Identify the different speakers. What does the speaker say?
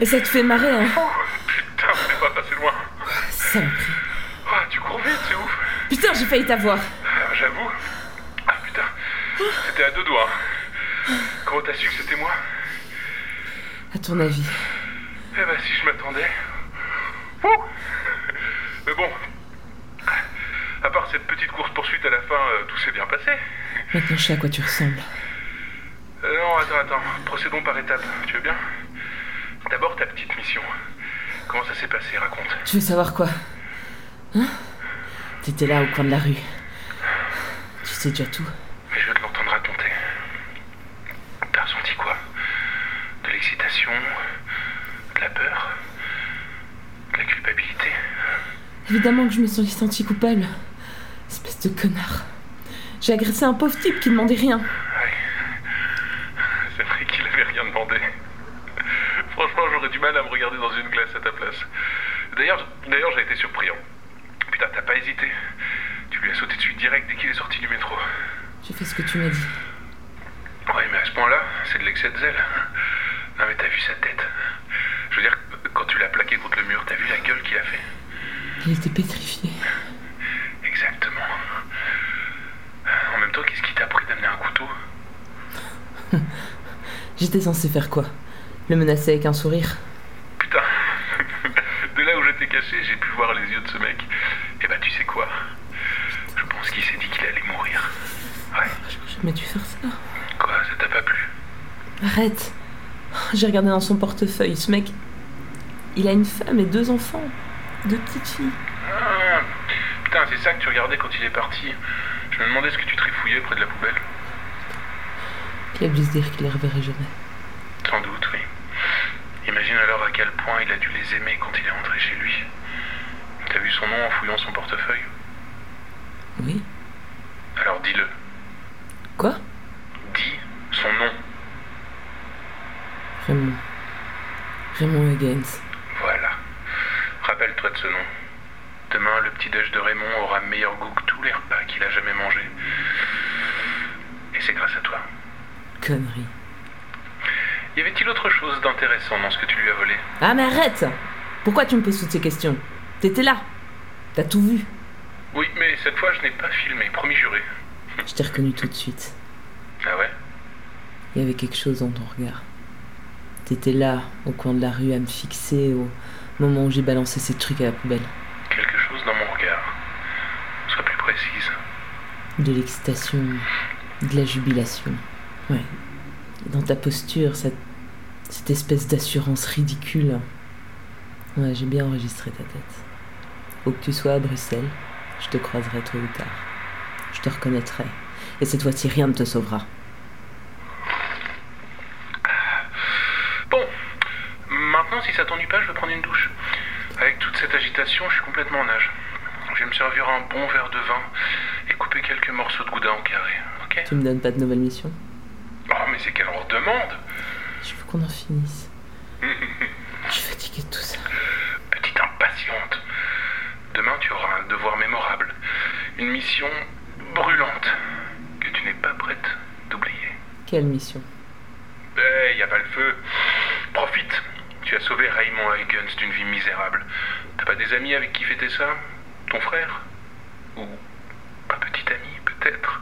Speaker 1: Et ça te fait marrer, hein
Speaker 2: Putain, on est pas passé loin.
Speaker 1: Saloperie.
Speaker 2: Ah, tu cours vite, c'est ouf.
Speaker 1: Putain, j'ai failli t'avoir.
Speaker 2: Ah, J'avoue. Ah putain, c'était à deux doigts. Quand t'as su que c'était moi,
Speaker 1: À ton avis.
Speaker 2: eh ben si je m'attendais. Ouh. Mais bon, à part cette petite course poursuite à la fin, euh, tout s'est bien passé.
Speaker 1: Maintenant, je sais à quoi tu ressembles.
Speaker 2: Euh, non, attends, attends. Procédons par étapes, tu veux bien D'abord ta petite mission. Comment ça s'est passé, raconte.
Speaker 1: Tu veux savoir quoi Hein T'étais là au coin de la rue. Tu sais déjà tout.
Speaker 2: Mais je veux te l'entendre raconter. T'as ressenti quoi De l'excitation De la peur De la culpabilité
Speaker 1: Évidemment que je me suis sentie coupable. Espèce de connard. J'ai agressé un pauvre type qui demandait rien.
Speaker 2: C'est vrai qu'il avait rien demandé. Franchement, j'aurais du mal à me regarder dans une glace à ta place. D'ailleurs, d'ailleurs, j'ai été surpris. hein. Putain, t'as pas hésité. Tu lui as sauté dessus direct dès qu'il est sorti du métro.
Speaker 1: J'ai fait ce que tu m'as dit.
Speaker 2: Oui, mais à ce point-là, c'est de l'excès de zèle. Non, mais t'as vu sa tête. Je veux dire, quand tu l'as plaqué contre le mur, t'as vu la gueule qu'il a fait
Speaker 1: Il était pétrifié.
Speaker 2: Exactement. En même temps, qu'est-ce qui t'a pris d'amener un couteau
Speaker 1: J'étais censée faire quoi Le menacer avec un sourire
Speaker 2: Putain. De là où j'étais caché, j'ai pu voir les yeux de ce mec. Et bah, tu sais quoi Je pense qu'il s'est dit qu'il allait mourir. Ouais.
Speaker 1: J'aurais jamais dû faire ça.
Speaker 2: Quoi, ça t'a pas plu
Speaker 1: Arrête J'ai regardé dans son portefeuille. Ce mec, il a une femme et deux enfants. Deux petites filles.
Speaker 2: Ah, Putain, c'est ça que tu regardais quand il est parti. Je me demandais ce que tu trifouillais près de la poubelle.
Speaker 1: Il a dû se dire qu'il les reverrait jamais.
Speaker 2: Sans doute, oui. Imagine alors à quel point il a dû les aimer quand il est rentré chez lui. T'as vu son nom en fouillant son portefeuille
Speaker 1: Oui
Speaker 2: Alors dis-le.
Speaker 1: Quoi
Speaker 2: Dis son nom.
Speaker 1: Raymond. Raymond Higgins.
Speaker 2: Voilà. Rappelle-toi de ce nom. Demain, le petit déj de Raymond aura meilleur goût que tous les repas qu'il a jamais mangés. Et c'est grâce à toi.
Speaker 1: Connerie.
Speaker 2: Y avait-il autre chose d'intéressant dans ce que tu lui as volé
Speaker 1: Ah mais arrête Pourquoi tu me poses toutes ces questions T'étais là. T'as tout vu.
Speaker 2: Oui, mais cette fois, je n'ai pas filmé, promis juré.
Speaker 1: Je t'ai reconnu tout de suite.
Speaker 2: Ah ouais
Speaker 1: Il y avait quelque chose dans ton regard. T'étais là, au coin de la rue, à me fixer au moment où j'ai balancé ces trucs à la poubelle.
Speaker 2: Quelque chose dans mon regard. Sois plus précise.
Speaker 1: De l'excitation, de la jubilation. Ouais. Et Dans ta posture, cette, cette espèce d'assurance ridicule. Ouais, j'ai bien enregistré ta tête. Où que tu sois à Bruxelles, je te croiserai tôt ou tard. Je te reconnaîtrai. Et cette fois-ci, rien ne te sauvera.
Speaker 2: Bon, maintenant, si ça t'ennuie pas, je vais prendre une douche. Avec toute cette agitation, je suis complètement en nage. Je vais me servir un bon verre de vin et couper quelques morceaux de goudin en carré, ok
Speaker 1: Tu me donnes pas de nouvelles missions
Speaker 2: Oh, mais c'est qu'elle en demande
Speaker 1: Je veux qu'on en finisse. Je suis fatiguée de tout ça.
Speaker 2: Petite impatiente. Demain, tu auras un devoir mémorable. Une mission brûlante que tu n'es pas prête d'oublier.
Speaker 1: Quelle mission
Speaker 2: Eh, y a pas le feu. Profite. Tu as sauvé Raymond Huygens d'une vie misérable. T'as pas des amis avec qui fêter ça Ton frère Ou un petit ami, peut-être